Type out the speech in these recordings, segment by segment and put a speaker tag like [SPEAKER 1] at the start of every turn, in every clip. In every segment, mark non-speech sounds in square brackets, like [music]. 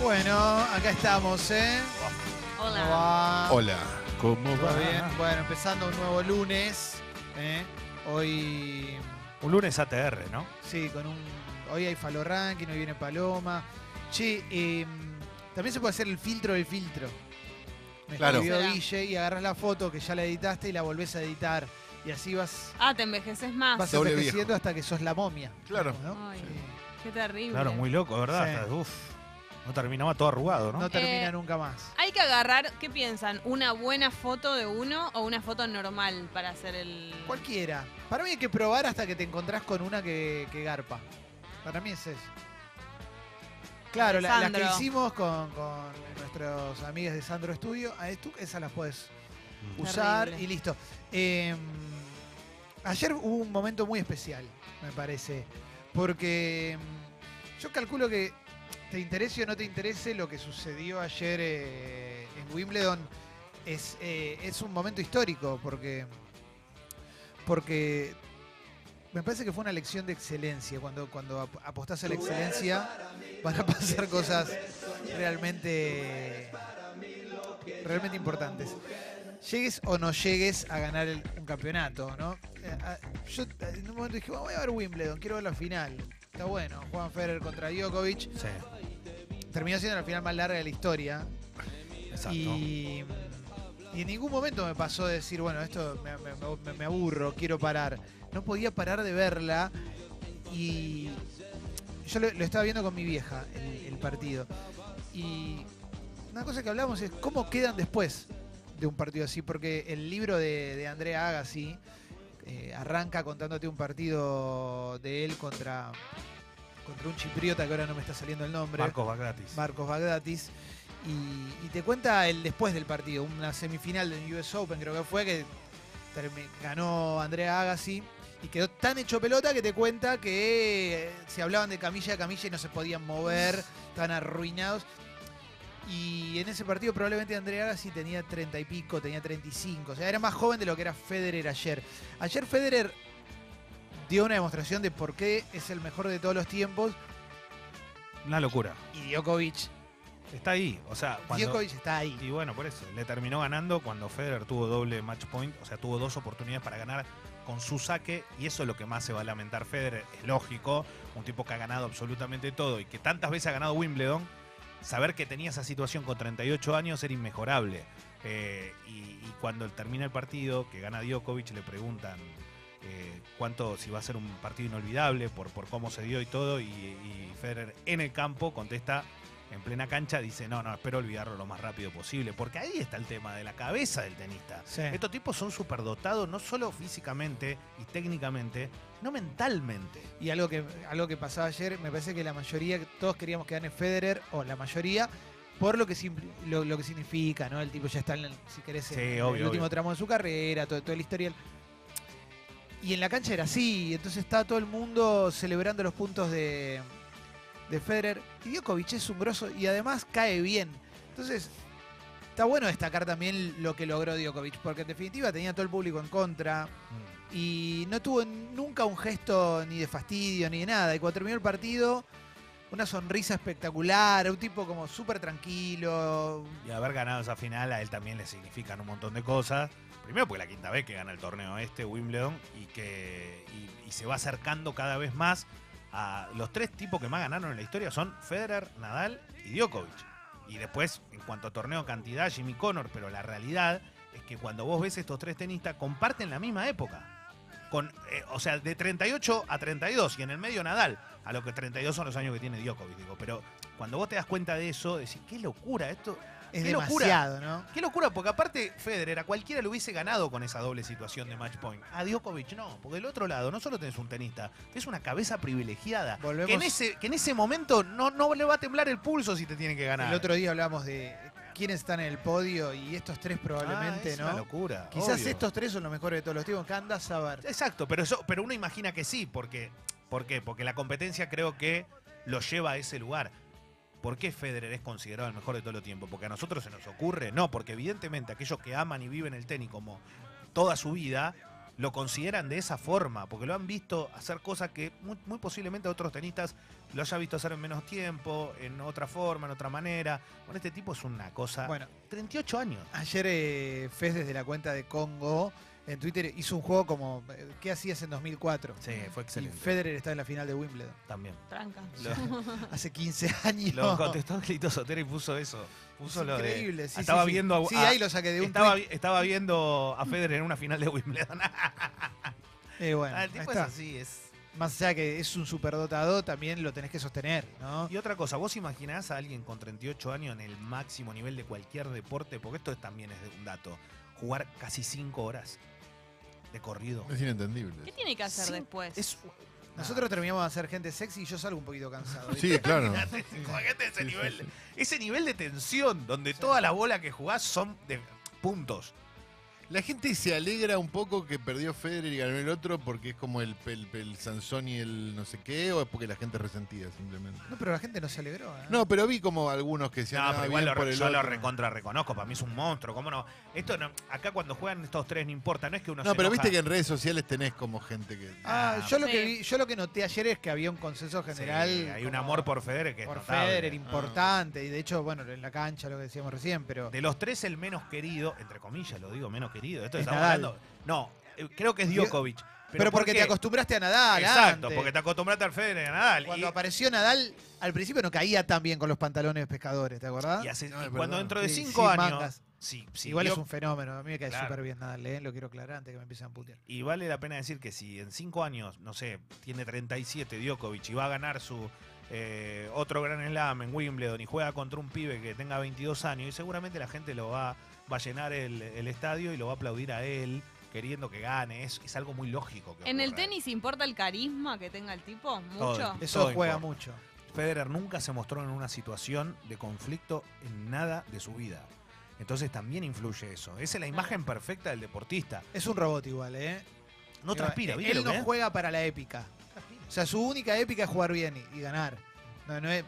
[SPEAKER 1] Bueno, acá estamos, ¿eh? ¿Cómo
[SPEAKER 2] Hola.
[SPEAKER 1] va?
[SPEAKER 3] Hola, ¿cómo
[SPEAKER 1] ¿Todo bien? Bueno, empezando un nuevo lunes. ¿eh? Hoy,
[SPEAKER 4] Un lunes ATR, ¿no?
[SPEAKER 1] sí, con un... Hoy hay Falo Ranking, hoy viene Paloma. Che, eh, también se puede hacer el filtro del filtro. Me
[SPEAKER 3] Claro.
[SPEAKER 1] escribió
[SPEAKER 2] Será.
[SPEAKER 1] Guille y agarras la foto que ya la editaste y la volvés a editar. Y así vas,
[SPEAKER 2] Ah, te envejeces más.
[SPEAKER 1] vas
[SPEAKER 3] Doble
[SPEAKER 1] envejeciendo
[SPEAKER 3] viejo.
[SPEAKER 1] hasta que sos la momia.
[SPEAKER 3] Claro.
[SPEAKER 1] digamos, ¿no?
[SPEAKER 2] Ay,
[SPEAKER 1] Eh,
[SPEAKER 2] qué terrible.
[SPEAKER 4] Claro, muy loco, ¿verdad?
[SPEAKER 1] Sí.
[SPEAKER 4] Estás, uf, no terminaba todo arrugado, ¿no?
[SPEAKER 1] No termina
[SPEAKER 2] Eh,
[SPEAKER 1] nunca más.
[SPEAKER 2] Hay que agarrar, ¿qué piensan? ¿Una buena foto de uno o una foto normal para hacer el.
[SPEAKER 1] Cualquiera. Para mí hay que probar hasta que te encontrás con una que, que garpa. Para mí es eso. Claro, la- las que
[SPEAKER 2] Sandro.
[SPEAKER 1] hicimos con, con nuestros amigos de Sandro Studio, a estu- esas las puedes
[SPEAKER 4] Mm.
[SPEAKER 1] usar
[SPEAKER 2] Terrible.
[SPEAKER 1] y listo. Eh, ayer hubo un momento muy especial, me parece, porque mm, yo calculo que te interese o no te interese lo que sucedió ayer eh, en Wimbledon, es, eh, es un momento histórico porque, porque me parece que fue una lección de excelencia. Cuando, cuando ap- apostás a la excelencia van a pasar cosas realmente, realmente importantes. Llegues o no llegues a ganar el- un campeonato, ¿no? Eh, ah, Yo eh, en un momento dije, "Bueno, voy a ver Wimbledon, quiero ver la final. Está bueno, Juan Ferrer contra Djokovic.
[SPEAKER 4] Sí,
[SPEAKER 1] Terminó siendo la final más larga de la historia.
[SPEAKER 4] exacto.
[SPEAKER 1] Y, y en ningún momento me pasó de decir, bueno, esto me, me- me- me aburro, quiero parar. No podía parar de verla y yo lo, lo estaba viendo con mi vieja el, el partido. Y una cosa que hablamos es cómo quedan después de un partido así, porque el libro de, de Andrea Agassi eh, arranca contándote un partido de él contra, contra un chipriota que ahora no me está saliendo el nombre.
[SPEAKER 4] Marcos Bagdatis.
[SPEAKER 1] Marcos Bagdatis. Y, y te cuenta el después del partido, una semifinal del US Open creo que fue, que termi- ganó Andrea Agassi y quedó tan hecho pelota que te cuenta que eh, se hablaban de camilla a camilla y no se podían mover, estaban arruinados. Y en ese partido probablemente Andrea Agassi tenía 30 y pico, tenía 35, o sea, era más joven de lo que era Federer ayer. Ayer Federer dio una demostración de por qué es el mejor de todos los tiempos
[SPEAKER 4] Una locura.
[SPEAKER 1] y Djokovic,
[SPEAKER 4] Está ahí, o sea, cuando...
[SPEAKER 1] Djokovic está ahí.
[SPEAKER 4] Y bueno, por eso, le terminó ganando cuando Federer tuvo doble match point, o sea, tuvo dos oportunidades para ganar con su saque, y eso es lo que más se va a lamentar Federer, es lógico, un tipo que ha ganado absolutamente todo y que tantas veces ha ganado Wimbledon, saber que tenía esa situación con 38 años era inmejorable. Eh, y, y cuando termina el partido, que gana Djokovic, le preguntan eh, cuánto, si va a ser un partido inolvidable por, por cómo se dio y todo, y, y Federer en el campo contesta en plena cancha, dice, no, no, espero olvidarlo lo más rápido posible, porque ahí está el tema de la cabeza del tenista.
[SPEAKER 1] Sí.
[SPEAKER 4] Estos tipos son superdotados, no solo físicamente y técnicamente, sino mentalmente.
[SPEAKER 1] Y algo que, algo que pasaba ayer, me parece que la mayoría, todos queríamos que gane Federer, o la mayoría, por lo que, simpli- lo, lo que significa, ¿no? El tipo ya está, en el, si querés,
[SPEAKER 4] Sí,
[SPEAKER 1] en el
[SPEAKER 4] obvio,
[SPEAKER 1] último
[SPEAKER 4] obvio.
[SPEAKER 1] tramo de su carrera, todo, todo el historial. Y en la cancha era así, entonces estaba todo el mundo celebrando los puntos de, de Federer. Y Djokovic es un grosso y además cae bien. Entonces, está bueno destacar también lo que logró Djokovic, porque en definitiva tenía todo el público en contra y no tuvo nunca un gesto ni de fastidio ni de nada. Y cuando terminó el partido, una sonrisa espectacular, un tipo como súper tranquilo.
[SPEAKER 4] Y haber ganado esa final a él también le significan un montón de cosas. Primero porque es la quinta vez que gana el torneo este, Wimbledon, y que y, y se va acercando cada vez más a los tres tipos que más ganaron en la historia son Federer, Nadal y Djokovic. Y después, en cuanto a torneo cantidad, Jimmy Connor, pero la realidad es que cuando vos ves estos tres tenistas comparten la misma época. Con, eh, o sea, de 38 a 32 y en el medio Nadal, a lo que 32 son los años que tiene Djokovic, digo, pero cuando vos te das cuenta de eso, decís, qué locura, esto
[SPEAKER 1] Es
[SPEAKER 4] Qué locura.
[SPEAKER 1] demasiado, ¿no?
[SPEAKER 4] Qué locura, porque aparte Federer a cualquiera le hubiese ganado con esa doble situación de match point. A Djokovic no, porque del otro lado no solo tenés un tenista, tenés una cabeza privilegiada.
[SPEAKER 1] Volvemos-
[SPEAKER 4] Que en ese, que en ese momento no, no le va a temblar el pulso si te tiene que ganar.
[SPEAKER 1] El otro día hablábamos de quiénes están en el podio y estos tres probablemente,
[SPEAKER 4] Ah, es
[SPEAKER 1] ¿no?
[SPEAKER 4] Una locura.
[SPEAKER 1] Quizás
[SPEAKER 4] obvio.
[SPEAKER 1] estos tres son los mejores de todos los tiempos, que anda a saber.
[SPEAKER 4] Exacto, pero eso, pero uno imagina que sí, porque. ¿Por qué? Porque la competencia creo que lo lleva a ese lugar. ¿Por qué Federer es considerado el mejor de todo el tiempo? ¿Porque a nosotros se nos ocurre? No, porque evidentemente aquellos que aman y viven el tenis como toda su vida, lo consideran de esa forma, porque lo han visto hacer cosas que muy, muy posiblemente otros tenistas lo haya visto hacer en menos tiempo, en otra forma, en otra manera. Bueno, este tipo es una cosa.
[SPEAKER 1] Bueno,
[SPEAKER 4] 38 años.
[SPEAKER 1] ayer eh, Fez desde la cuenta de Congo en Twitter hizo un juego como eh, ¿qué hacías en 2004?
[SPEAKER 4] Sí, fue excelente.
[SPEAKER 1] Y Federer está en la final de
[SPEAKER 4] [laughs]
[SPEAKER 1] Wimbledon.
[SPEAKER 4] También.
[SPEAKER 2] Tranca.
[SPEAKER 4] Lo,
[SPEAKER 1] Hace 15 años.
[SPEAKER 4] lo contestó [laughs] Clito Sotero y puso eso. Puso
[SPEAKER 1] Es
[SPEAKER 4] lo de-
[SPEAKER 1] increíble, sí, sí,
[SPEAKER 4] estaba
[SPEAKER 1] sí.
[SPEAKER 4] viendo a-
[SPEAKER 1] Sí,
[SPEAKER 4] a-
[SPEAKER 1] ahí lo saqué de un
[SPEAKER 4] estaba,
[SPEAKER 1] tuit.
[SPEAKER 4] vi- estaba viendo a Federer en una final de Wimbledon. [laughs]
[SPEAKER 1] Eh, bueno,
[SPEAKER 4] Ah, el
[SPEAKER 1] ahí
[SPEAKER 4] tipo es
[SPEAKER 1] está.
[SPEAKER 4] así, es.
[SPEAKER 1] Más allá que es un superdotado, también lo tenés que sostener, ¿no?
[SPEAKER 4] Y otra cosa, ¿vos imaginás a alguien con 38 años en el máximo nivel de cualquier deporte? Porque esto es- también es de un dato. Jugar casi 5 horas de corrido.
[SPEAKER 3] Es inentendible.
[SPEAKER 2] ¿Qué tiene que hacer
[SPEAKER 4] Sí,
[SPEAKER 2] después?
[SPEAKER 4] Es, [laughs]
[SPEAKER 1] Nosotros terminamos de hacer gente sexy y yo salgo un poquito cansado. ¿viste?
[SPEAKER 3] Sí, claro.
[SPEAKER 4] Imagínate
[SPEAKER 3] Sí, sí,
[SPEAKER 4] ese nivel.
[SPEAKER 3] sí.
[SPEAKER 4] Ese nivel de tensión, donde todas las bolas que jugás son de puntos.
[SPEAKER 3] La gente se alegra un poco que perdió Federer y ganó el otro porque es como el, el, el Sansón y el no sé qué, o es porque la gente es resentida simplemente.
[SPEAKER 1] No, pero la gente no se alegró. ¿eh?
[SPEAKER 3] No, pero vi como algunos que se
[SPEAKER 4] No, pero igual lo
[SPEAKER 3] por
[SPEAKER 4] re-
[SPEAKER 3] el
[SPEAKER 4] yo lo
[SPEAKER 3] otro.
[SPEAKER 4] recontra reconozco, para mí es un monstruo, ¿cómo no? Esto no, acá cuando juegan estos tres no importa, no es que uno
[SPEAKER 3] No,
[SPEAKER 4] se
[SPEAKER 3] pero
[SPEAKER 4] enoja.
[SPEAKER 3] viste que en redes sociales tenés como gente que.
[SPEAKER 1] Ah, yo lo
[SPEAKER 2] Sí.
[SPEAKER 1] que vi- yo lo que noté ayer es que había un consenso
[SPEAKER 4] Sí,
[SPEAKER 1] general.
[SPEAKER 4] hay un
[SPEAKER 1] como
[SPEAKER 4] amor por Federer que es
[SPEAKER 1] por
[SPEAKER 4] notable. Ah.
[SPEAKER 1] Federer importante y de hecho, bueno, en la cancha lo que decíamos recién, pero
[SPEAKER 4] Mm. De los tres, el menos querido, entre comillas lo digo, menos querido. Esto
[SPEAKER 1] Es
[SPEAKER 4] estamos
[SPEAKER 1] Nadal.
[SPEAKER 4] hablando. No, eh, creo que es Djokovic. Pero,
[SPEAKER 1] pero, porque
[SPEAKER 4] ¿por
[SPEAKER 1] te
[SPEAKER 4] qué?
[SPEAKER 1] acostumbraste a Nadal.
[SPEAKER 4] Exacto,
[SPEAKER 1] antes.
[SPEAKER 4] porque te acostumbraste al Federer y a Nadal.
[SPEAKER 1] Cuando
[SPEAKER 4] y-
[SPEAKER 1] apareció Nadal, al principio no caía tan bien con los pantalones pescadores, ¿te acordás?
[SPEAKER 4] y, hace-
[SPEAKER 3] No,
[SPEAKER 4] y
[SPEAKER 3] es
[SPEAKER 4] cuando
[SPEAKER 3] verdad.
[SPEAKER 4] dentro de
[SPEAKER 1] Sí,
[SPEAKER 4] cinco
[SPEAKER 1] sin
[SPEAKER 4] años.
[SPEAKER 1] mangas.
[SPEAKER 4] Sí, sí,
[SPEAKER 1] Igual
[SPEAKER 4] Djo-
[SPEAKER 1] es un fenómeno, a mí me cae
[SPEAKER 4] Claro.
[SPEAKER 1] súper bien Nadal, ¿eh? lo quiero aclarar antes que me empiecen a putear.
[SPEAKER 4] Y vale la pena decir que si en cinco años, no sé, tiene 37 Djokovic y va a ganar su eh, otro gran slam en Wimbledon y juega contra un pibe que tenga 22 años y seguramente la gente lo va, va a llenar el, el estadio y lo va a aplaudir a él queriendo que gane. Es, es algo muy lógico. que
[SPEAKER 2] ¿En el
[SPEAKER 4] ocurra.
[SPEAKER 2] tenis importa el carisma que tenga el tipo?
[SPEAKER 4] Todo.
[SPEAKER 2] ¿Mucho?
[SPEAKER 1] Eso
[SPEAKER 4] Todo
[SPEAKER 1] juega
[SPEAKER 4] importa.
[SPEAKER 1] mucho.
[SPEAKER 4] Federer nunca se mostró en una situación de conflicto en nada de su vida. Entonces también influye eso. Esa es la imagen perfecta del deportista.
[SPEAKER 1] Es un robot igual, ¿eh?
[SPEAKER 4] No
[SPEAKER 1] Digo,
[SPEAKER 4] transpira, eh? ¿viste
[SPEAKER 1] eh, Él
[SPEAKER 4] lo
[SPEAKER 1] no
[SPEAKER 4] que es?
[SPEAKER 1] juega para la épica. O sea, su única épica es jugar bien y, y ganar. No, no es-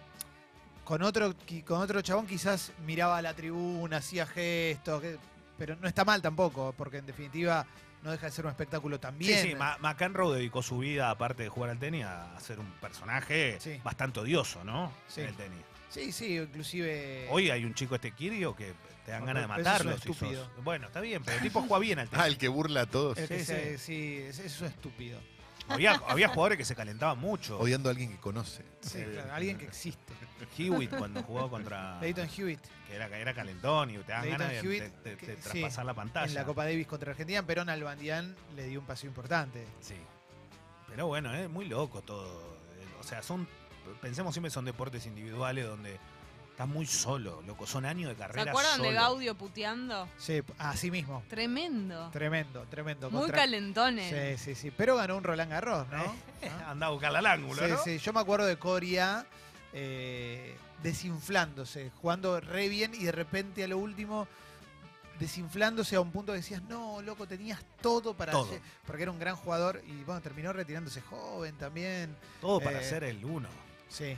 [SPEAKER 1] con, otro, qui- con otro chabón quizás miraba a la tribuna, hacía gestos, que- pero no está mal tampoco, porque en definitiva no deja de ser un espectáculo
[SPEAKER 4] Sí,
[SPEAKER 1] también.
[SPEAKER 4] sí, Ma- McEnroe dedicó su vida, aparte de jugar al tenis, a ser un personaje
[SPEAKER 1] Sí.
[SPEAKER 4] bastante odioso, ¿no?
[SPEAKER 1] Sí.
[SPEAKER 4] En el tenis.
[SPEAKER 1] Sí, sí, inclusive...
[SPEAKER 4] Hoy hay un chico este Kirio que te dan
[SPEAKER 1] No,
[SPEAKER 4] ganas de
[SPEAKER 1] pero ese es un
[SPEAKER 4] matarlo. si sos-
[SPEAKER 1] estúpido.
[SPEAKER 4] Bueno, está bien, pero el tipo
[SPEAKER 3] [laughs]
[SPEAKER 4] juega bien al tenis.
[SPEAKER 3] Ah, el que burla a todos.
[SPEAKER 1] el que
[SPEAKER 4] sí,
[SPEAKER 1] se- sí, es, es un estúpido.
[SPEAKER 4] [laughs] Había, había jugadores que se calentaban mucho.
[SPEAKER 3] Odiando a alguien que conoce.
[SPEAKER 1] Sí,
[SPEAKER 4] Eh,
[SPEAKER 1] claro, alguien que existe.
[SPEAKER 4] Hewitt cuando jugó
[SPEAKER 1] [laughs]
[SPEAKER 4] contra...
[SPEAKER 1] Leighton Hewitt
[SPEAKER 4] que era, era calentón y te dan
[SPEAKER 1] Leighton
[SPEAKER 4] ganas de,
[SPEAKER 1] Hewitt,
[SPEAKER 4] de- de-
[SPEAKER 1] que-
[SPEAKER 4] de
[SPEAKER 1] sí,
[SPEAKER 4] traspasar la pantalla.
[SPEAKER 1] en la Copa Davis contra Argentina, Perón Albandián le dio un paseo importante.
[SPEAKER 4] Sí. Pero bueno, es muy loco todo. Eh, O sea, son. Pensemos siempre son deportes individuales donde estás muy solo, loco. Son años de
[SPEAKER 2] ¿Se
[SPEAKER 4] carrera.
[SPEAKER 2] acuerdan de
[SPEAKER 4] solo.
[SPEAKER 2] Gaudio puteando?
[SPEAKER 1] Sí, así mismo.
[SPEAKER 2] Tremendo.
[SPEAKER 1] Tremendo, tremendo.
[SPEAKER 2] Muy
[SPEAKER 1] Contra-
[SPEAKER 2] calentones.
[SPEAKER 1] Sí, sí, sí. Pero ganó un Roland Garros, [laughs] ¿no?
[SPEAKER 4] Eh,
[SPEAKER 1] ¿No?
[SPEAKER 4] Andá a buscarla al ángulo,
[SPEAKER 1] Sí,
[SPEAKER 4] ¿no?
[SPEAKER 1] sí. Yo me acuerdo de Coria eh, desinflándose, jugando re bien y de repente a lo último desinflándose a un punto que decías, no, loco, tenías todo para...
[SPEAKER 4] Todo.
[SPEAKER 1] hacer", Porque era un gran jugador y bueno, terminó retirándose joven también.
[SPEAKER 4] Todo para
[SPEAKER 1] Eh,
[SPEAKER 4] ser el uno.
[SPEAKER 1] Sí,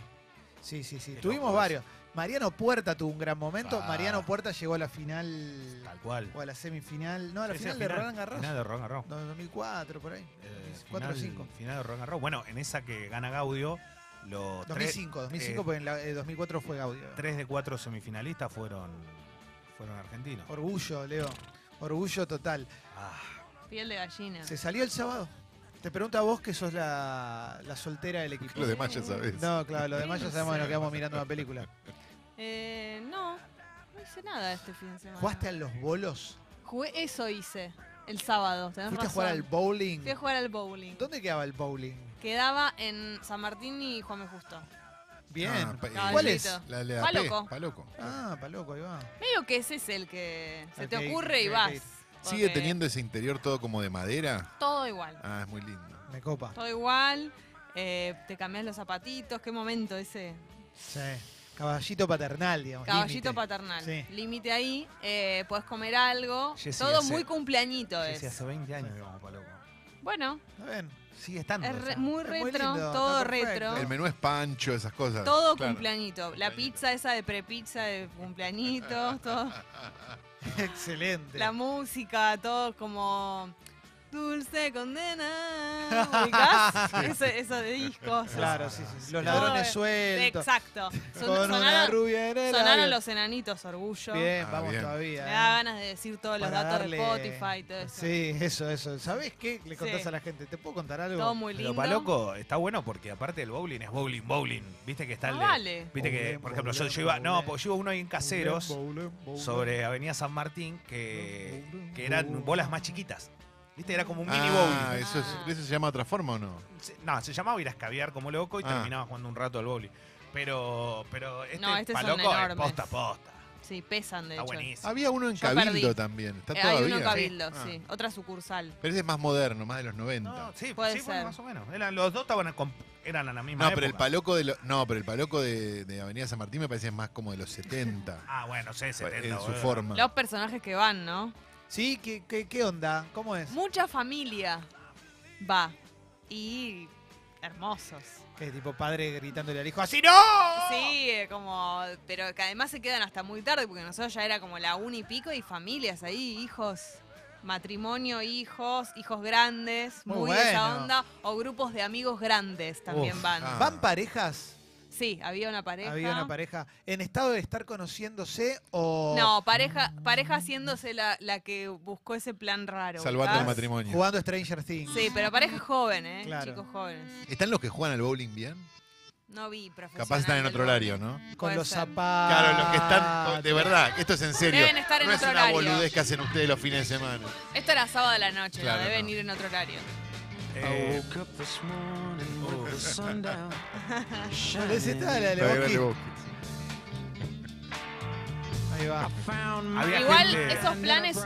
[SPEAKER 1] sí, sí, sí.
[SPEAKER 4] Qué
[SPEAKER 1] Tuvimos
[SPEAKER 4] locura
[SPEAKER 1] varios. Mariano Puerta tuvo un gran momento.
[SPEAKER 4] Ah.
[SPEAKER 1] Mariano Puerta llegó a la final
[SPEAKER 4] Tal cual.
[SPEAKER 1] o a la semifinal. No, a la
[SPEAKER 4] Sí, sí,
[SPEAKER 1] final de Roland Garros.
[SPEAKER 4] Final de Roland Garros.
[SPEAKER 1] No, 2004, por ahí.
[SPEAKER 4] Eh,
[SPEAKER 1] 4 o
[SPEAKER 4] final-
[SPEAKER 1] 5.
[SPEAKER 4] Final de Roland Garros. Bueno, en esa que gana Gaudio, los tres,
[SPEAKER 1] 2005, 2005,
[SPEAKER 4] eh,
[SPEAKER 1] porque en la, eh, 2004 fue Gaudio.
[SPEAKER 4] tres de cuatro semifinalistas fueron, fueron argentinos.
[SPEAKER 1] Orgullo, Leo. Orgullo total.
[SPEAKER 4] Ah,
[SPEAKER 2] Piel de gallina.
[SPEAKER 1] Se salió el sábado. Te pregunto a vos que sos la, la soltera del equipo.
[SPEAKER 3] Lo demás ya sabes.
[SPEAKER 1] No, claro, lo demás ya sabemos que nos quedamos mirando una película.
[SPEAKER 2] Eh, no, no hice nada este fin de semana.
[SPEAKER 1] ¿Jugaste a los bolos?
[SPEAKER 2] Jugué- eso hice el sábado. tenés
[SPEAKER 1] ¿Fuiste a
[SPEAKER 2] razón.
[SPEAKER 1] jugar al bowling?
[SPEAKER 2] Fui a jugar al bowling.
[SPEAKER 1] ¿Dónde quedaba el bowling?
[SPEAKER 2] Quedaba en San Martín y Juan Me Justo.
[SPEAKER 1] Bien.
[SPEAKER 3] Ah, pa- eh,
[SPEAKER 1] ¿Cuál es?
[SPEAKER 2] Caballito.
[SPEAKER 3] La, la
[SPEAKER 2] Paloco.
[SPEAKER 3] P, Paloco.
[SPEAKER 1] Ah, paloco, ahí va.
[SPEAKER 2] Medio que ese es el que se
[SPEAKER 1] Al
[SPEAKER 2] te
[SPEAKER 1] que-
[SPEAKER 2] ocurre y
[SPEAKER 1] que-
[SPEAKER 2] vas.
[SPEAKER 1] que-
[SPEAKER 3] ¿Sigue
[SPEAKER 2] porque
[SPEAKER 3] teniendo ese interior todo como de madera?
[SPEAKER 2] Todo igual.
[SPEAKER 3] Ah, es muy lindo.
[SPEAKER 1] Me copa.
[SPEAKER 2] Todo igual. eh, te cambias los zapatitos. Qué momento ese.
[SPEAKER 1] Sí. Caballito paternal, digamos.
[SPEAKER 2] Caballito
[SPEAKER 1] límite.
[SPEAKER 2] paternal.
[SPEAKER 1] Sí.
[SPEAKER 2] Límite ahí. Eh, podés comer algo.
[SPEAKER 4] Jessy,
[SPEAKER 2] Todo
[SPEAKER 4] hace-
[SPEAKER 2] muy cumpleañito
[SPEAKER 4] sí,
[SPEAKER 2] es.
[SPEAKER 4] sí, hace 20 años que vamos para loco.
[SPEAKER 2] Bueno,
[SPEAKER 1] ¿Está bien? [laughs]
[SPEAKER 4] Sigue estando.
[SPEAKER 2] es re-
[SPEAKER 4] esa.
[SPEAKER 2] muy
[SPEAKER 1] Es muy
[SPEAKER 2] retro.
[SPEAKER 1] lindo,
[SPEAKER 2] todo
[SPEAKER 1] está
[SPEAKER 2] retro.
[SPEAKER 1] perfecto.
[SPEAKER 3] El menú es pancho, esas cosas.
[SPEAKER 2] Todo
[SPEAKER 3] Claro.
[SPEAKER 2] cumpleañito. La
[SPEAKER 3] Cumpleañito.
[SPEAKER 2] pizza esa de prepizza de [laughs] cumpleañitos, todo.
[SPEAKER 1] Excelente.
[SPEAKER 2] La música, todo como Dulce condena. ¿ubicás?
[SPEAKER 3] Sí.
[SPEAKER 2] Ese, eso de discos.
[SPEAKER 1] Claro, sí, sí. Los ladrones
[SPEAKER 2] Todo-
[SPEAKER 1] sueltos.
[SPEAKER 2] Exacto. Son-
[SPEAKER 1] Con una
[SPEAKER 2] sonaron,
[SPEAKER 1] rubia en el
[SPEAKER 2] sonaron
[SPEAKER 1] avión.
[SPEAKER 2] los enanitos, orgullo.
[SPEAKER 1] Bien,
[SPEAKER 3] Ah,
[SPEAKER 1] vamos
[SPEAKER 2] Me
[SPEAKER 3] bien.
[SPEAKER 1] todavía.
[SPEAKER 2] da
[SPEAKER 1] ¿eh?
[SPEAKER 2] ganas de decir todos los
[SPEAKER 1] Para
[SPEAKER 2] datos de
[SPEAKER 1] darle-
[SPEAKER 2] Spotify y todo eso.
[SPEAKER 1] Sí, eso, eso. ¿Sabés qué? Le contás
[SPEAKER 2] Sí.
[SPEAKER 1] a la gente. ¿Te puedo contar algo?
[SPEAKER 2] Todo muy lindo.
[SPEAKER 4] Lo paloco está bueno porque aparte del bowling es bowling, bowling. Viste que está el
[SPEAKER 2] No
[SPEAKER 4] de-
[SPEAKER 2] Ah, vale.
[SPEAKER 4] Viste que,
[SPEAKER 1] Bowling,
[SPEAKER 4] por ejemplo, yo,
[SPEAKER 1] bowling,
[SPEAKER 4] yo iba, no,
[SPEAKER 1] bowling.
[SPEAKER 4] porque yo iba uno ahí en Caseros sobre Avenida San Martín que, que eran bolas más chiquitas. Viste, era como un mini
[SPEAKER 3] Ah,
[SPEAKER 4] bowling.
[SPEAKER 3] eso, es-
[SPEAKER 2] Ah.
[SPEAKER 3] ¿eso se llama otra forma o no?
[SPEAKER 4] Se- No, se llamaba ir a escabiar como loco y
[SPEAKER 3] Ah.
[SPEAKER 4] terminaba jugando un rato al bowling. Pero, pero este,
[SPEAKER 2] No, este son
[SPEAKER 4] paloco es
[SPEAKER 2] enormes.
[SPEAKER 4] posta a posta.
[SPEAKER 2] Sí, pesan de
[SPEAKER 4] Está
[SPEAKER 2] hecho. Eh,
[SPEAKER 4] buenísimo.
[SPEAKER 3] Había uno en
[SPEAKER 2] Yo
[SPEAKER 3] Cabildo
[SPEAKER 2] perdí. Eh,
[SPEAKER 3] también. Está
[SPEAKER 2] hay
[SPEAKER 3] todavía.
[SPEAKER 2] uno en Cabildo,
[SPEAKER 3] Ah.
[SPEAKER 2] sí. Otra sucursal.
[SPEAKER 3] Pero ese es más moderno, más de los
[SPEAKER 4] No,
[SPEAKER 3] 90.
[SPEAKER 4] sí,
[SPEAKER 2] Puede
[SPEAKER 4] sí, fue
[SPEAKER 2] ser.
[SPEAKER 4] más o menos. Eran, los dos estaban a comp- eran a la misma
[SPEAKER 3] No,
[SPEAKER 4] época.
[SPEAKER 3] pero el paloco de lo- no, pero el paloco de, de Avenida San Martín me parece más como de los 70.
[SPEAKER 4] Ah, bueno, sí, 70,
[SPEAKER 3] en su
[SPEAKER 4] boludo.
[SPEAKER 3] forma.
[SPEAKER 2] Los personajes que van, ¿no?
[SPEAKER 1] Sí, ¿qué, qué, qué onda? ¿Cómo es?
[SPEAKER 2] Mucha familia va. Y hermosos.
[SPEAKER 1] Que es tipo padre gritándole al hijo, ¡así no!
[SPEAKER 2] Sí, eh, como. Pero que además se quedan hasta muy tarde porque nosotros ya era como la una y pico y familias ahí, hijos. Matrimonio, hijos, hijos grandes, muy,
[SPEAKER 1] Muy
[SPEAKER 2] de esa
[SPEAKER 1] bueno.
[SPEAKER 2] onda. O grupos de amigos grandes también
[SPEAKER 1] Uf,
[SPEAKER 2] van.
[SPEAKER 3] ah.
[SPEAKER 1] ¿Van parejas?
[SPEAKER 2] Sí, había una pareja.
[SPEAKER 1] Había una pareja. ¿En estado de estar conociéndose o
[SPEAKER 2] No, pareja, pareja haciéndose la, la que buscó ese plan raro.
[SPEAKER 3] Salvando el
[SPEAKER 2] ¿ubicás?
[SPEAKER 3] matrimonio.
[SPEAKER 1] jugando Stranger Things?
[SPEAKER 2] Sí, pero pareja joven, ¿eh?
[SPEAKER 1] Claro.
[SPEAKER 2] Chicos jóvenes.
[SPEAKER 3] ¿Están los que juegan al bowling bien?
[SPEAKER 2] No vi profesional.
[SPEAKER 3] Capaz están en
[SPEAKER 2] del
[SPEAKER 3] otro horario, ¿no? Ah,
[SPEAKER 1] Con
[SPEAKER 2] Puede
[SPEAKER 1] los
[SPEAKER 2] ser.
[SPEAKER 1] zapatos.
[SPEAKER 3] Claro, los que están. De verdad, esto es en serio.
[SPEAKER 2] Deben estar en
[SPEAKER 3] no es
[SPEAKER 2] otro
[SPEAKER 3] una
[SPEAKER 2] horario.
[SPEAKER 3] boludez que hacen ustedes los fines de semana.
[SPEAKER 2] bowling. Esto era sábado de la noche,
[SPEAKER 3] Claro,
[SPEAKER 2] no, debe
[SPEAKER 3] no.
[SPEAKER 2] venir en otro horario.
[SPEAKER 3] Ah,
[SPEAKER 4] Eh,
[SPEAKER 1] [laughs] Les está la de Lebowski. Ahí va.
[SPEAKER 4] había
[SPEAKER 2] Igual
[SPEAKER 4] gente-
[SPEAKER 2] esos planes,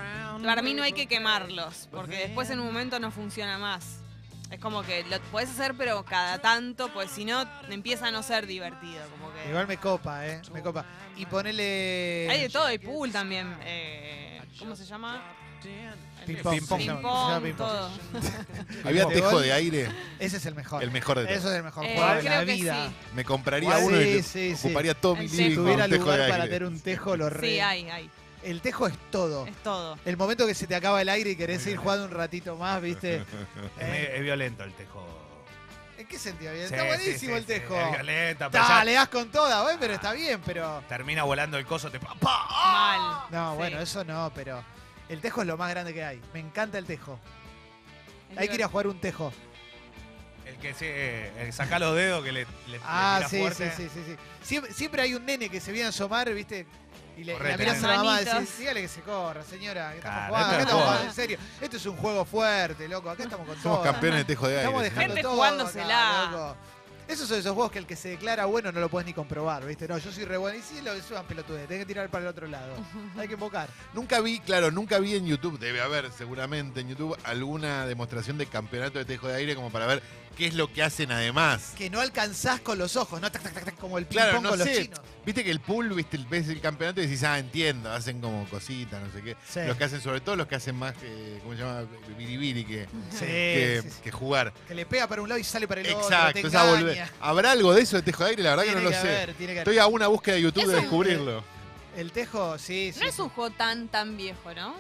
[SPEAKER 2] para mí no hay que
[SPEAKER 1] Pues
[SPEAKER 2] quemarlos, porque después en un momento no funciona más. Es como que lo podés hacer, pero cada tanto, pues si no, empieza a no ser divertido. Como que
[SPEAKER 1] Igual me copa, ¿eh? Me copa. Y ponele.
[SPEAKER 2] hay de todo, hay pool también. eh, ¿Cómo se llama?
[SPEAKER 1] Ping-pong.
[SPEAKER 4] Ping-pong.
[SPEAKER 2] Ping-pong,
[SPEAKER 1] Se llama ping-pong.
[SPEAKER 2] todo.
[SPEAKER 3] Había
[SPEAKER 1] ¿Gol?
[SPEAKER 3] tejo de aire,
[SPEAKER 1] Ese es el mejor.
[SPEAKER 3] el mejor de
[SPEAKER 1] Eso
[SPEAKER 3] todos.
[SPEAKER 1] es el mejor
[SPEAKER 2] Eh,
[SPEAKER 1] juego de la
[SPEAKER 2] creo que
[SPEAKER 1] vida.
[SPEAKER 2] sí.
[SPEAKER 3] Me compraría
[SPEAKER 1] Ah,
[SPEAKER 3] uno
[SPEAKER 1] sí,
[SPEAKER 3] y le-
[SPEAKER 1] sí, sí.
[SPEAKER 3] ocuparía todo mi
[SPEAKER 2] El
[SPEAKER 1] Si
[SPEAKER 3] living
[SPEAKER 2] tejo.
[SPEAKER 3] con un
[SPEAKER 1] tuviera
[SPEAKER 3] tejo
[SPEAKER 1] lugar
[SPEAKER 3] de
[SPEAKER 1] para
[SPEAKER 3] aire.
[SPEAKER 1] tener un tejo, lo re. Oh.
[SPEAKER 2] Sí, hay, hay.
[SPEAKER 1] El tejo es todo.
[SPEAKER 2] Es todo.
[SPEAKER 1] El momento que se te acaba el aire y querés ir jugando un ratito más, ¿viste?
[SPEAKER 4] eh, Es, medio- es violento el tejo.
[SPEAKER 1] ¿En qué sentido? bien?
[SPEAKER 4] Sí,
[SPEAKER 1] Está
[SPEAKER 4] sí,
[SPEAKER 1] buenísimo
[SPEAKER 4] sí,
[SPEAKER 1] el
[SPEAKER 4] sí,
[SPEAKER 1] tejo.
[SPEAKER 4] es violento, pero
[SPEAKER 1] Está,
[SPEAKER 4] ya
[SPEAKER 1] le das con toda, ¿ves? Pero está bien, pero.
[SPEAKER 4] termina volando el coso. Te... pa- ¡ah!
[SPEAKER 2] Mal.
[SPEAKER 4] pa-
[SPEAKER 1] No,
[SPEAKER 2] Sí.
[SPEAKER 1] bueno, eso no, pero. El tejo es lo más grande que hay. Me encanta el tejo. Hay que
[SPEAKER 2] Es
[SPEAKER 1] ir a
[SPEAKER 2] divertido.
[SPEAKER 1] jugar un tejo.
[SPEAKER 4] El que se, eh, el saca los dedos que le, le, le
[SPEAKER 1] Ah,
[SPEAKER 4] tira
[SPEAKER 1] sí, sí,
[SPEAKER 4] fuerte.
[SPEAKER 1] sí, sí, sí. Siempre, siempre hay un nene que se viene a asomar, ¿viste? Y le, y la
[SPEAKER 4] Correte.
[SPEAKER 1] mirás a la mamá y decís,
[SPEAKER 2] Manitos.
[SPEAKER 1] dígale que se corra, señora. que estamos
[SPEAKER 4] Claro,
[SPEAKER 1] jugando, acá
[SPEAKER 4] esto es
[SPEAKER 1] estamos jugando,
[SPEAKER 2] joda.
[SPEAKER 1] en serio. Esto es un juego fuerte, loco. Acá estamos con
[SPEAKER 3] Somos
[SPEAKER 1] todo.
[SPEAKER 3] campeones de tejo de aire.
[SPEAKER 1] Estamos dejando
[SPEAKER 2] Gente
[SPEAKER 1] todo
[SPEAKER 2] jugándosela.
[SPEAKER 1] acá, loco. Esos son esos juegos que el que se declara bueno no lo puedes ni comprobar, ¿viste? No, yo soy re bueno. Y sí, lo es una pelotudez. Tenés que tirar para el otro
[SPEAKER 2] [laughs]
[SPEAKER 1] lado. Hay que invocar.
[SPEAKER 3] Nunca vi, claro, nunca vi en YouTube, debe haber seguramente en YouTube alguna demostración de campeonato de tejo de aire como para ver qué es lo que hacen además.
[SPEAKER 1] Que no alcanzás con los ojos, ¿no? Tac, tac, tac, tac, como el ping
[SPEAKER 3] Claro, no
[SPEAKER 1] con los
[SPEAKER 3] sé.
[SPEAKER 1] chinos.
[SPEAKER 3] Viste que el pool, viste, ves el campeonato y decís, ah, entiendo, hacen como cositas, no sé qué.
[SPEAKER 1] Sí.
[SPEAKER 3] Los que hacen, sobre todo los que hacen más, eh, ¿cómo se llama? Biribiri que,
[SPEAKER 1] Sí,
[SPEAKER 3] que,
[SPEAKER 1] sí, sí.
[SPEAKER 3] que jugar.
[SPEAKER 1] Que le pega para un lado y sale para el otro. te
[SPEAKER 3] Exacto, esa
[SPEAKER 1] engaña.
[SPEAKER 3] volver. ¿Habrá algo de eso de tejo de aire? La verdad
[SPEAKER 1] Tiene
[SPEAKER 3] que no lo
[SPEAKER 1] que
[SPEAKER 3] sé.
[SPEAKER 1] haber, tiene que haber.
[SPEAKER 3] Estoy a una búsqueda de YouTube
[SPEAKER 2] Es
[SPEAKER 3] de
[SPEAKER 2] un-
[SPEAKER 3] descubrirlo.
[SPEAKER 1] El tejo, sí, sí.
[SPEAKER 2] No es
[SPEAKER 1] sí.
[SPEAKER 2] un juego tan, tan viejo, ¿no?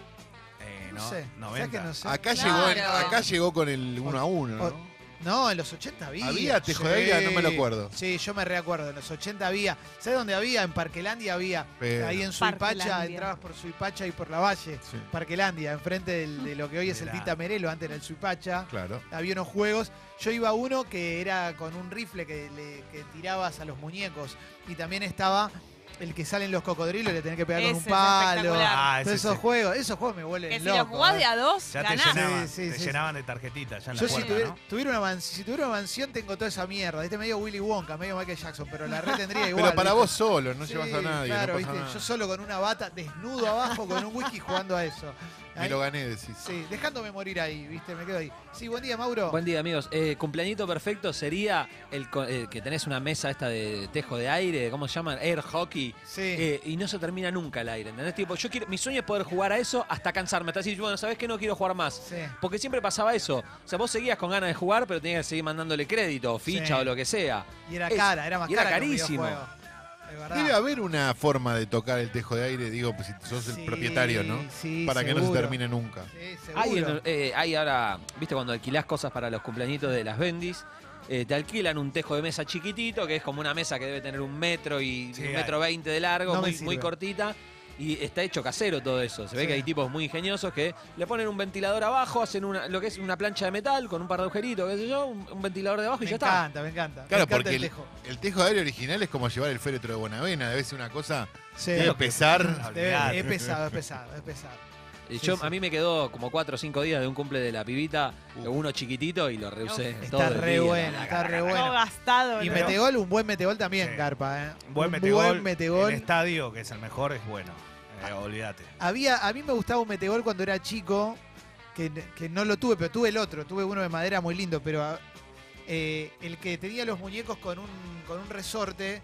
[SPEAKER 4] Eh,
[SPEAKER 1] No sé.
[SPEAKER 4] no,
[SPEAKER 1] ¿Sabés
[SPEAKER 4] 90.
[SPEAKER 1] que no sé?
[SPEAKER 3] Acá,
[SPEAKER 2] Claro.
[SPEAKER 3] llegó en- acá llegó con el 1 a 1,
[SPEAKER 1] O-
[SPEAKER 3] Ah, ¿no?
[SPEAKER 1] No, en los 80 había.
[SPEAKER 3] ¿Había tejo de aire? No me lo acuerdo.
[SPEAKER 1] Sí, yo me reacuerdo. En los 80 había. ¿Sabes dónde había? En Parquelandia había.
[SPEAKER 3] Pero-
[SPEAKER 1] Ahí en Suipacha,
[SPEAKER 2] Parquelandia.
[SPEAKER 1] entrabas por Suipacha y por la Valle.
[SPEAKER 3] Sí,
[SPEAKER 1] Parquelandia, enfrente del- de lo que hoy es el
[SPEAKER 4] Mirá.
[SPEAKER 1] Tita Merelo, antes era el Suipacha.
[SPEAKER 3] claro.
[SPEAKER 1] Había unos juegos. Yo iba a uno que era con un rifle que, le, que tirabas a los muñecos. Y también estaba el que salen los cocodrilos y le tenés que pegar con
[SPEAKER 2] Ese
[SPEAKER 1] un
[SPEAKER 2] es
[SPEAKER 1] palo.
[SPEAKER 2] espectacular.
[SPEAKER 4] Ah,
[SPEAKER 1] Todos
[SPEAKER 4] ese,
[SPEAKER 1] esos
[SPEAKER 4] sí.
[SPEAKER 1] juegos, esos juegos me vuelven
[SPEAKER 2] Que si
[SPEAKER 1] loco.
[SPEAKER 2] lo jugás
[SPEAKER 1] ¿eh?
[SPEAKER 2] de a dos,
[SPEAKER 4] Ya te
[SPEAKER 2] ganás.
[SPEAKER 4] llenaban,
[SPEAKER 1] Sí, sí,
[SPEAKER 4] te
[SPEAKER 1] sí,
[SPEAKER 4] llenaban de tarjetitas. Ya en la
[SPEAKER 1] Yo si
[SPEAKER 4] puerta,
[SPEAKER 1] tuviera,
[SPEAKER 4] ¿no?
[SPEAKER 1] tuviera una man- si tuviera una mansión tengo toda esa mierda. Este medio Willy Wonka, medio Michael Jackson, pero la re
[SPEAKER 3] [laughs]
[SPEAKER 1] tendría igual.
[SPEAKER 3] Pero para
[SPEAKER 1] ¿viste?
[SPEAKER 3] vos solo, no
[SPEAKER 1] Sí,
[SPEAKER 3] llevas a nadie.
[SPEAKER 1] Claro,
[SPEAKER 3] no pasa
[SPEAKER 1] viste,
[SPEAKER 3] nada.
[SPEAKER 1] yo solo con una bata, desnudo abajo, con un whisky jugando a
[SPEAKER 3] [laughs]
[SPEAKER 1] eso.
[SPEAKER 3] Me
[SPEAKER 1] Ahí-
[SPEAKER 3] lo gané, decís.
[SPEAKER 1] Sí, dejándome morir ahí, viste, me quedo ahí. Sí, buen día, Mauro.
[SPEAKER 5] Buen día, amigos. Eh, cumpleañito perfecto sería el co- eh, que tenés una mesa esta de tejo de aire, ¿cómo se llaman? Air hockey.
[SPEAKER 1] sí.
[SPEAKER 5] eh, y no se termina nunca el aire, ¿entendés? Tipo, yo quiero, mi sueño es poder jugar a eso hasta cansarme, hasta decir, bueno, ¿sabés que no quiero jugar más?
[SPEAKER 1] sí.
[SPEAKER 5] Porque siempre pasaba eso. O sea, vos seguías con ganas de jugar, pero tenías que seguir mandándole crédito, o ficha
[SPEAKER 1] Sí.
[SPEAKER 5] o lo que sea.
[SPEAKER 1] Y era
[SPEAKER 5] es-
[SPEAKER 1] cara, era más
[SPEAKER 5] y era
[SPEAKER 1] cara que un
[SPEAKER 5] carísimo.
[SPEAKER 1] videojuego. Es verdad.
[SPEAKER 3] Debe haber una forma de tocar el tejo de aire, digo, pues, si sos el
[SPEAKER 1] Sí,
[SPEAKER 3] propietario, ¿no?
[SPEAKER 1] sí,
[SPEAKER 3] Para que no se
[SPEAKER 1] seguro.
[SPEAKER 3] termine nunca.
[SPEAKER 1] Sí, seguro.
[SPEAKER 5] Hay, en- eh, hay ahora, viste, cuando alquilás cosas para los cumpleañitos de las bendis, eh, te alquilan un tejo de mesa chiquitito, que es como una mesa que debe tener un metro y
[SPEAKER 4] Sí,
[SPEAKER 5] un metro veinte de largo,
[SPEAKER 1] No me
[SPEAKER 5] muy,
[SPEAKER 1] sirve.
[SPEAKER 5] muy cortita. Y está hecho casero todo eso. Se ve
[SPEAKER 1] Sí.
[SPEAKER 5] que hay tipos muy ingeniosos que le ponen un ventilador abajo, hacen una, lo que es una plancha de metal con un par de agujeritos, qué sé yo, un, un ventilador debajo y
[SPEAKER 1] me
[SPEAKER 5] ya
[SPEAKER 1] encanta, me encanta.
[SPEAKER 3] Claro,
[SPEAKER 1] me encanta
[SPEAKER 3] porque
[SPEAKER 1] el
[SPEAKER 3] el-
[SPEAKER 1] tejo.
[SPEAKER 3] El tejo de aire original es como llevar el féretro de Bonavena, debe ser una cosa
[SPEAKER 1] Sí.
[SPEAKER 3] de pesar.
[SPEAKER 1] Debe- Este,
[SPEAKER 4] Olvidate.
[SPEAKER 1] es pesado, es pesado, es pesado.
[SPEAKER 5] está. Y
[SPEAKER 1] Sí,
[SPEAKER 5] yo,
[SPEAKER 1] sí.
[SPEAKER 5] A mí me quedó como cuatro o cinco días de un cumple de la pibita,
[SPEAKER 3] Uh.
[SPEAKER 5] uno chiquitito y lo rehusé.
[SPEAKER 2] Está
[SPEAKER 5] todo
[SPEAKER 1] Está
[SPEAKER 5] el
[SPEAKER 1] re
[SPEAKER 5] día.
[SPEAKER 1] bueno, está re
[SPEAKER 2] Todo
[SPEAKER 1] bueno.
[SPEAKER 2] gastado.
[SPEAKER 1] Y
[SPEAKER 2] ¿no?
[SPEAKER 1] metegol, un buen metegol también,
[SPEAKER 4] Sí.
[SPEAKER 1] Garpa. ¿eh?
[SPEAKER 4] Buen
[SPEAKER 1] Un
[SPEAKER 4] metegol,
[SPEAKER 1] Buen metegol.
[SPEAKER 4] En estadio, que es el mejor, es bueno. Eh, olvídate.
[SPEAKER 1] Había, a mí me gustaba un metegol cuando era chico, que, que no lo tuve, pero tuve el otro, tuve uno de madera muy lindo, pero ah, eh, el que tenía los muñecos con un, con un resorte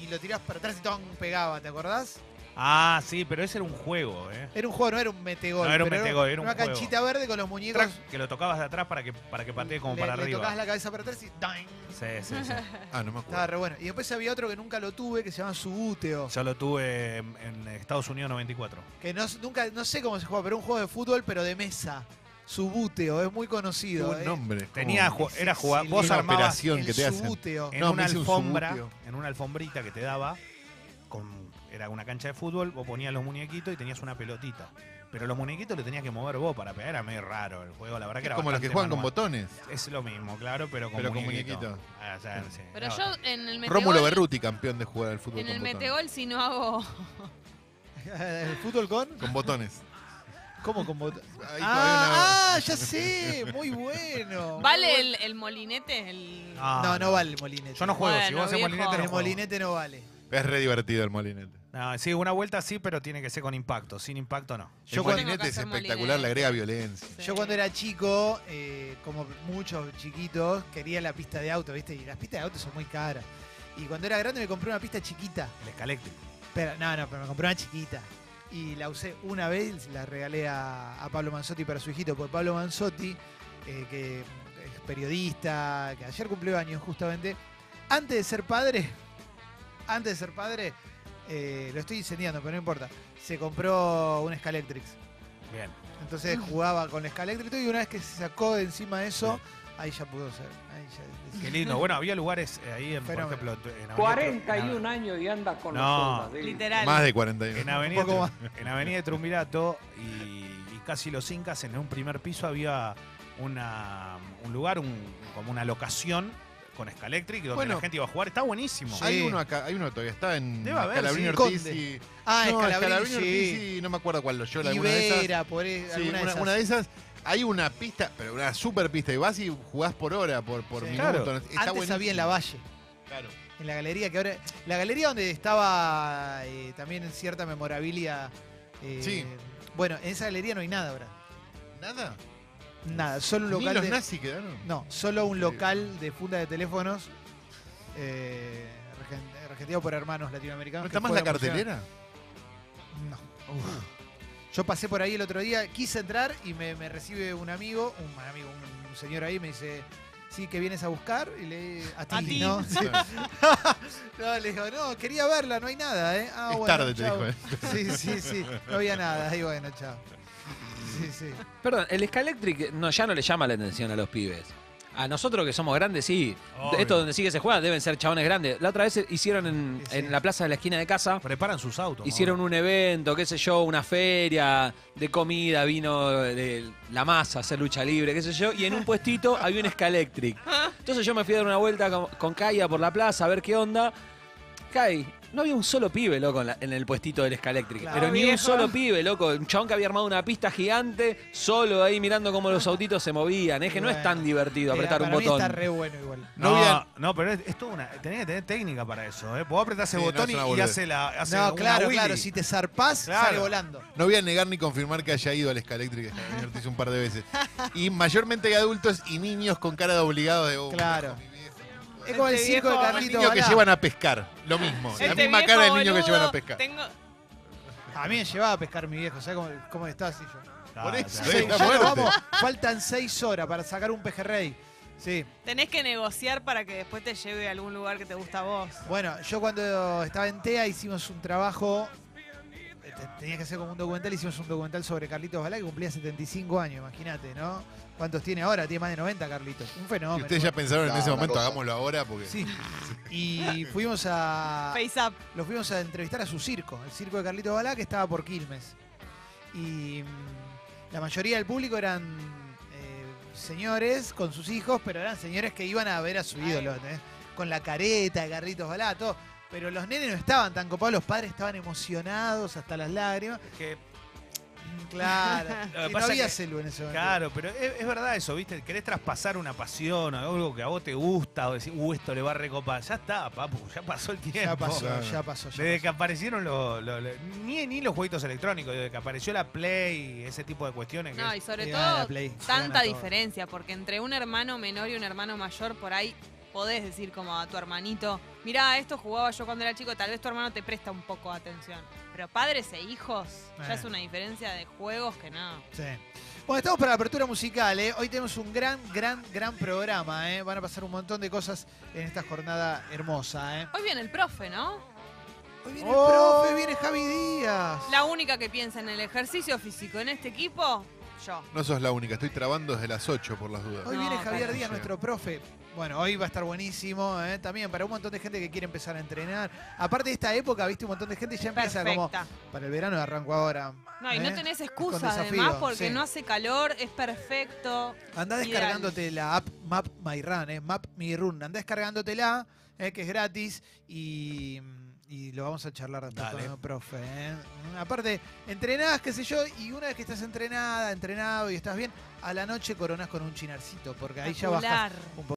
[SPEAKER 1] y lo tirabas para atrás y todo pegaba, ¿te acordás?
[SPEAKER 4] Ah, sí, pero ese era un juego, ¿eh?
[SPEAKER 1] Era un juego, no era un metegol.
[SPEAKER 4] No, era un
[SPEAKER 1] pero
[SPEAKER 4] metegol, era un
[SPEAKER 1] una
[SPEAKER 4] juego.
[SPEAKER 1] canchita verde con los muñecos.
[SPEAKER 4] Track que lo tocabas de atrás para que, para que patee como
[SPEAKER 1] le,
[SPEAKER 4] para
[SPEAKER 1] le
[SPEAKER 4] arriba.
[SPEAKER 1] tocabas la cabeza para atrás y ¡dang!
[SPEAKER 4] Sí, sí, sí.
[SPEAKER 1] [laughs]
[SPEAKER 3] Ah, no me
[SPEAKER 1] Estaba
[SPEAKER 3] acuerdo.
[SPEAKER 1] re bueno. Y después había otro que nunca lo tuve, que se llama Subúteo.
[SPEAKER 4] Yo lo tuve en, en Estados Unidos 94.
[SPEAKER 1] Que no, nunca, no sé cómo se juega, pero un juego de fútbol, pero de mesa. Subúteo, es muy
[SPEAKER 3] Qué
[SPEAKER 1] conocido.
[SPEAKER 3] buen
[SPEAKER 1] eh.
[SPEAKER 3] nombre. es como
[SPEAKER 4] Tenía, ju-
[SPEAKER 1] es
[SPEAKER 4] era jugar.
[SPEAKER 1] excelente.
[SPEAKER 3] Uh.
[SPEAKER 4] Vos
[SPEAKER 3] una
[SPEAKER 4] armabas
[SPEAKER 3] operación
[SPEAKER 1] El
[SPEAKER 3] que te hacen.
[SPEAKER 1] subúteo.
[SPEAKER 4] en
[SPEAKER 3] No,
[SPEAKER 4] una
[SPEAKER 3] me hice un
[SPEAKER 4] alfombra,
[SPEAKER 3] suburbio.
[SPEAKER 4] en una alfombrita que te daba, con, era una cancha de fútbol, vos ponías los muñequitos y tenías una pelotita. Pero los muñequitos lo tenías que mover vos para pegar, era medio raro el juego, la verdad que
[SPEAKER 3] Es
[SPEAKER 4] era
[SPEAKER 3] como los que
[SPEAKER 4] bastante
[SPEAKER 3] juegan con
[SPEAKER 4] manual.
[SPEAKER 3] botones.
[SPEAKER 4] Es lo mismo, claro, pero con
[SPEAKER 3] Pero con
[SPEAKER 4] muñequito.
[SPEAKER 3] muñequito.
[SPEAKER 4] Ah, ya, sí,
[SPEAKER 2] Pero
[SPEAKER 4] no.
[SPEAKER 2] yo en el metegol.
[SPEAKER 3] Rómulo Berruti, campeón de jugar al fútbol
[SPEAKER 2] En el
[SPEAKER 3] con botones.
[SPEAKER 2] metegol, si no hago.
[SPEAKER 1] [laughs] ¿El fútbol con?
[SPEAKER 3] Con botones.
[SPEAKER 1] ¿Cómo con bot-
[SPEAKER 3] Ahí
[SPEAKER 1] Ah, ah, ya sé, muy
[SPEAKER 2] [laughs]
[SPEAKER 1] bueno.
[SPEAKER 2] ¿Vale el, el molinete? El...
[SPEAKER 4] Ah,
[SPEAKER 1] No, no vale el molinete.
[SPEAKER 4] Yo no juego, si
[SPEAKER 2] Bueno,
[SPEAKER 4] vos haces
[SPEAKER 2] viejo.
[SPEAKER 4] molinete, no
[SPEAKER 1] El
[SPEAKER 4] juego.
[SPEAKER 1] molinete no vale.
[SPEAKER 3] todavía no- Es re divertido el molinete.
[SPEAKER 4] No, sí, una vuelta sí, pero tiene que ser con impacto. Sin impacto no.
[SPEAKER 1] Yo
[SPEAKER 3] el
[SPEAKER 1] cuando-
[SPEAKER 2] Tengo que
[SPEAKER 3] molinete es
[SPEAKER 2] hacer
[SPEAKER 3] espectacular,
[SPEAKER 2] molinete.
[SPEAKER 3] le agrega violencia.
[SPEAKER 2] Sí.
[SPEAKER 1] Yo cuando era chico, eh, como muchos chiquitos, quería la pista de auto, ¿viste? Y las pistas de auto son muy caras. Y cuando era grande me compré una pista chiquita.
[SPEAKER 4] El escaléctrico.
[SPEAKER 1] Pero, no, no, pero me compré una chiquita. Y la usé una vez, y se la regalé a, a Pablo Manzotti para su hijito, porque Pablo Manzotti, eh, que es periodista, que ayer cumplió años justamente, antes de ser padre, [laughs] antes de ser padre, eh, lo estoy incendiando, pero no importa, se compró un Scalectrix.
[SPEAKER 4] Bien.
[SPEAKER 3] [laughs]
[SPEAKER 1] Entonces jugaba con la Scalectrix y una vez que se sacó de encima eso, ahí ya pudo ser. Ahí
[SPEAKER 3] [laughs]
[SPEAKER 1] ya-
[SPEAKER 4] Qué lindo. Bueno, había lugares eh, ahí, en, por
[SPEAKER 1] Fenómeno.
[SPEAKER 4] ejemplo, en Avenida
[SPEAKER 6] 41 años y anda con
[SPEAKER 4] No.
[SPEAKER 6] las ondas. ¿sí?
[SPEAKER 2] Literal.
[SPEAKER 3] Más de
[SPEAKER 4] En
[SPEAKER 3] 41.
[SPEAKER 4] Avenida,
[SPEAKER 1] Un poco
[SPEAKER 4] Tru- en Avenida Trumbirato y, y casi los Incas, en un primer piso había una, un lugar, un- como una locación con Scalectric donde
[SPEAKER 3] Bueno.
[SPEAKER 4] la gente iba a jugar. Está buenísimo.
[SPEAKER 1] Sí.
[SPEAKER 3] Hay uno acá, hay uno todavía, está en
[SPEAKER 4] Debe haber,
[SPEAKER 3] Calabrini
[SPEAKER 1] sí.
[SPEAKER 3] Ortiz
[SPEAKER 1] Conde.
[SPEAKER 3] y...
[SPEAKER 1] Ah,
[SPEAKER 3] no,
[SPEAKER 1] Scalabrini,
[SPEAKER 3] Scalabrini Ortiz
[SPEAKER 1] sí.
[SPEAKER 3] y no me acuerdo cuál, lo yo la alguna de esas.
[SPEAKER 1] Ibera, por ahí,
[SPEAKER 3] Sí,
[SPEAKER 1] alguna de
[SPEAKER 3] una,
[SPEAKER 1] esas.
[SPEAKER 3] una de esas. Hay una pista, pero una super pista, y vas y jugás por hora, por, por
[SPEAKER 1] Sí.
[SPEAKER 3] minuto.
[SPEAKER 4] Claro.
[SPEAKER 3] Está
[SPEAKER 1] Antes
[SPEAKER 3] buenísimo.
[SPEAKER 1] había en la valle.
[SPEAKER 3] Claro.
[SPEAKER 1] En la galería que ahora. La galería donde estaba eh, también en cierta memorabilia. eh,
[SPEAKER 3] Sí.
[SPEAKER 1] Bueno, en esa galería no hay nada ahora.
[SPEAKER 3] ¿Nada?
[SPEAKER 1] Nada, solo un
[SPEAKER 3] Ni
[SPEAKER 1] local
[SPEAKER 3] los
[SPEAKER 1] de.
[SPEAKER 3] nazis quedaron.
[SPEAKER 1] No, solo un
[SPEAKER 3] Sí.
[SPEAKER 1] local de funda de teléfonos. Eh, regen- regenteado por hermanos latinoamericanos.
[SPEAKER 3] ¿No
[SPEAKER 1] que
[SPEAKER 3] está más la
[SPEAKER 1] fueron por
[SPEAKER 3] cartelera?
[SPEAKER 1] Ciudad- No. Yo pasé por ahí el otro día, quise entrar y me, me recibe un amigo, un amigo, un, un señor ahí, me dice. Sí, que vienes a buscar y le. A ti,
[SPEAKER 2] A ti.
[SPEAKER 3] [laughs]
[SPEAKER 1] ¿no? [laughs]
[SPEAKER 3] Sí.
[SPEAKER 1] No, le digo, no, quería verla, no hay nada, ¿eh? Ah,
[SPEAKER 3] es
[SPEAKER 1] bueno,
[SPEAKER 3] tarde, te
[SPEAKER 1] chau.
[SPEAKER 3] dijo. ¿eh?
[SPEAKER 1] Sí, sí, sí. No había nada. Ahí bueno, chao. Sí, sí.
[SPEAKER 5] Perdón, el Scalectric no, ya no le llama la atención a los pibes. A nosotros que somos grandes, sí.
[SPEAKER 4] Obvio.
[SPEAKER 5] Esto donde sí que se juega deben ser chabones grandes. La otra vez hicieron en,
[SPEAKER 1] Sí, sí.
[SPEAKER 5] en la plaza de la esquina de casa,
[SPEAKER 4] Preparan sus autos.
[SPEAKER 5] hicieron
[SPEAKER 4] ¿no?
[SPEAKER 5] un evento, qué sé yo, una feria de comida, vino de la masa, hacer lucha libre, qué sé yo, y en
[SPEAKER 1] [laughs]
[SPEAKER 5] un puestito había un Scalectric. Entonces yo me fui a dar una vuelta con, con Kaya por la plaza a ver qué onda. Kai, no había un solo pibe, loco, en, la- en el puestito del Scalectric.
[SPEAKER 1] Claro,
[SPEAKER 5] pero ni un
[SPEAKER 2] viejo.
[SPEAKER 5] solo pibe, loco. Un chabón que había armado una pista gigante, solo ahí mirando cómo los autitos se movían. Es que no es tan
[SPEAKER 1] Bueno.
[SPEAKER 5] divertido
[SPEAKER 1] Mira,
[SPEAKER 5] apretar un
[SPEAKER 1] Eh, para mí
[SPEAKER 5] botón.
[SPEAKER 1] está re bueno igual.
[SPEAKER 4] No,
[SPEAKER 3] No había-
[SPEAKER 4] no, pero es, es toda una. Tenés que tener técnica para eso, ¿eh? Vos apretás el
[SPEAKER 3] Sí, no,
[SPEAKER 4] botón
[SPEAKER 3] es
[SPEAKER 4] y-
[SPEAKER 3] una
[SPEAKER 4] y
[SPEAKER 3] boludez.
[SPEAKER 4] hace la. Hace
[SPEAKER 1] No,
[SPEAKER 4] una
[SPEAKER 1] claro,
[SPEAKER 4] Willy.
[SPEAKER 1] claro. Si te zarpás,
[SPEAKER 4] Claro.
[SPEAKER 1] sale volando.
[SPEAKER 3] No voy a negar ni confirmar que haya ido al Escaléctrica Escalabrini Ortiz un par de veces.
[SPEAKER 1] [laughs]
[SPEAKER 3] Y mayormente hay adultos y niños con cara de obligados de. oh,
[SPEAKER 1] Claro.
[SPEAKER 3] mi viejo, mi viejo.
[SPEAKER 1] Es como el
[SPEAKER 2] Este
[SPEAKER 1] circo de
[SPEAKER 2] viejo-
[SPEAKER 3] Hay
[SPEAKER 1] Carlito
[SPEAKER 3] niños que
[SPEAKER 1] Balá.
[SPEAKER 3] llevan a pescar, lo mismo. la
[SPEAKER 2] Este
[SPEAKER 3] misma
[SPEAKER 2] viejo
[SPEAKER 3] cara de niños que llevan a
[SPEAKER 2] boludo,
[SPEAKER 3] pescar.
[SPEAKER 2] Tengo...
[SPEAKER 1] A mí me llevaba a pescar mi viejo. ¿Sabes cómo, cómo está así yo?
[SPEAKER 4] Claro,
[SPEAKER 3] Por eso,
[SPEAKER 4] claro.
[SPEAKER 3] está
[SPEAKER 1] Ya nos
[SPEAKER 3] fuerte.
[SPEAKER 1] vamos. Faltan seis horas para sacar un pejerrey. Sí.
[SPEAKER 2] Tenés que negociar para que después te lleve a algún lugar que te gusta a vos.
[SPEAKER 1] Bueno, yo cuando estaba en TEA hicimos un trabajo, eh, te- tenía que hacer como un documental, hicimos un documental sobre Carlitos Balá que cumplía 75 años, imagínate, ¿no? ¿Cuántos tiene ahora? Tiene más de 90 Carlitos. Un
[SPEAKER 3] Y
[SPEAKER 1] fenómeno.
[SPEAKER 3] ustedes ya pensaron en
[SPEAKER 7] Claro,
[SPEAKER 3] ese
[SPEAKER 7] una
[SPEAKER 3] momento,
[SPEAKER 7] cosa.
[SPEAKER 3] hagámoslo ahora porque.
[SPEAKER 1] Sí. Y fuimos a...
[SPEAKER 2] Face up.
[SPEAKER 1] los fuimos a entrevistar a su circo, el circo de Carlitos Balá, que estaba por Quilmes. Y mm, la mayoría del público eran eh, señores con sus hijos, pero eran señores que iban a ver a su
[SPEAKER 2] Ay.
[SPEAKER 1] ídolo, ¿entendés? con la careta de Carlitos Balá, todo. Pero los nenes no estaban tan copados, los padres estaban emocionados hasta las lágrimas.
[SPEAKER 4] Que,
[SPEAKER 1] Mm, [laughs] Claro,
[SPEAKER 4] Lo que
[SPEAKER 1] Y no
[SPEAKER 4] pasa
[SPEAKER 1] había
[SPEAKER 4] que-
[SPEAKER 1] celu en ese momento.
[SPEAKER 4] claro, pero es, es verdad eso, ¿viste? Querés traspasar una pasión o algo que a vos te gusta o decís, uh, esto le va a recopar. Ya está, papu, ya pasó el tiempo.
[SPEAKER 1] ya pasó,
[SPEAKER 3] Claro.
[SPEAKER 1] ya pasó. ya
[SPEAKER 4] Desde
[SPEAKER 1] pasó.
[SPEAKER 4] que aparecieron los, los- los- ni, ni los jueguitos electrónicos, desde que apareció la Play, ese tipo de cuestiones. que
[SPEAKER 2] No,
[SPEAKER 4] es-
[SPEAKER 2] y sobre
[SPEAKER 1] Le gana la
[SPEAKER 2] todo,
[SPEAKER 1] Play, le gana
[SPEAKER 2] tanta
[SPEAKER 1] todo.
[SPEAKER 2] diferencia, porque entre un hermano menor y un hermano mayor, por ahí podés decir como a tu hermanito, mirá, esto jugaba yo cuando era chico, tal vez tu hermano te presta un poco de atención. Pero padres e hijos, ya
[SPEAKER 1] Eh.
[SPEAKER 2] es una diferencia de juegos que no.
[SPEAKER 1] Sí. Bueno, estamos para la apertura musical, ¿eh? Hoy tenemos un gran, gran, gran programa, ¿eh? Van a pasar un montón de cosas en esta jornada hermosa, ¿eh? ¡Oh!
[SPEAKER 2] Hoy viene el profe, ¿no?
[SPEAKER 1] Hoy viene el profe, viene Javi Díaz.
[SPEAKER 2] La única que piensa en el ejercicio físico en este equipo, yo.
[SPEAKER 3] No sos la única, estoy trabando desde las 8 por las dudas.
[SPEAKER 1] Hoy
[SPEAKER 2] No,
[SPEAKER 1] viene Javier
[SPEAKER 3] claro.
[SPEAKER 1] Díaz, nuestro profe. Bueno, hoy va a estar buenísimo, ¿eh? También para un montón de gente que quiere empezar a entrenar. Aparte de esta época, viste, un montón de gente ya empieza como...
[SPEAKER 2] Perfecta.
[SPEAKER 1] Para el verano arranco ahora.
[SPEAKER 2] No, y no
[SPEAKER 1] ¿eh?
[SPEAKER 2] tenés
[SPEAKER 1] Con
[SPEAKER 2] excusa
[SPEAKER 1] desafío,
[SPEAKER 2] además porque
[SPEAKER 1] sí.
[SPEAKER 2] no hace calor, es perfecto.
[SPEAKER 1] Andá
[SPEAKER 2] Ideal.
[SPEAKER 1] descargándote la app Map My Run, eh, Map My Run. Andá descargándotela, eh, que es gratis y, y lo vamos a charlar después
[SPEAKER 4] Dale.
[SPEAKER 1] con el profe. eh. Aparte, entrenás, qué sé yo, y una vez que estás entrenada, entrenado y estás bien, a la noche coronás con un chinarcito, porque ahí ya bajas
[SPEAKER 2] Espectacular.
[SPEAKER 1] un poco.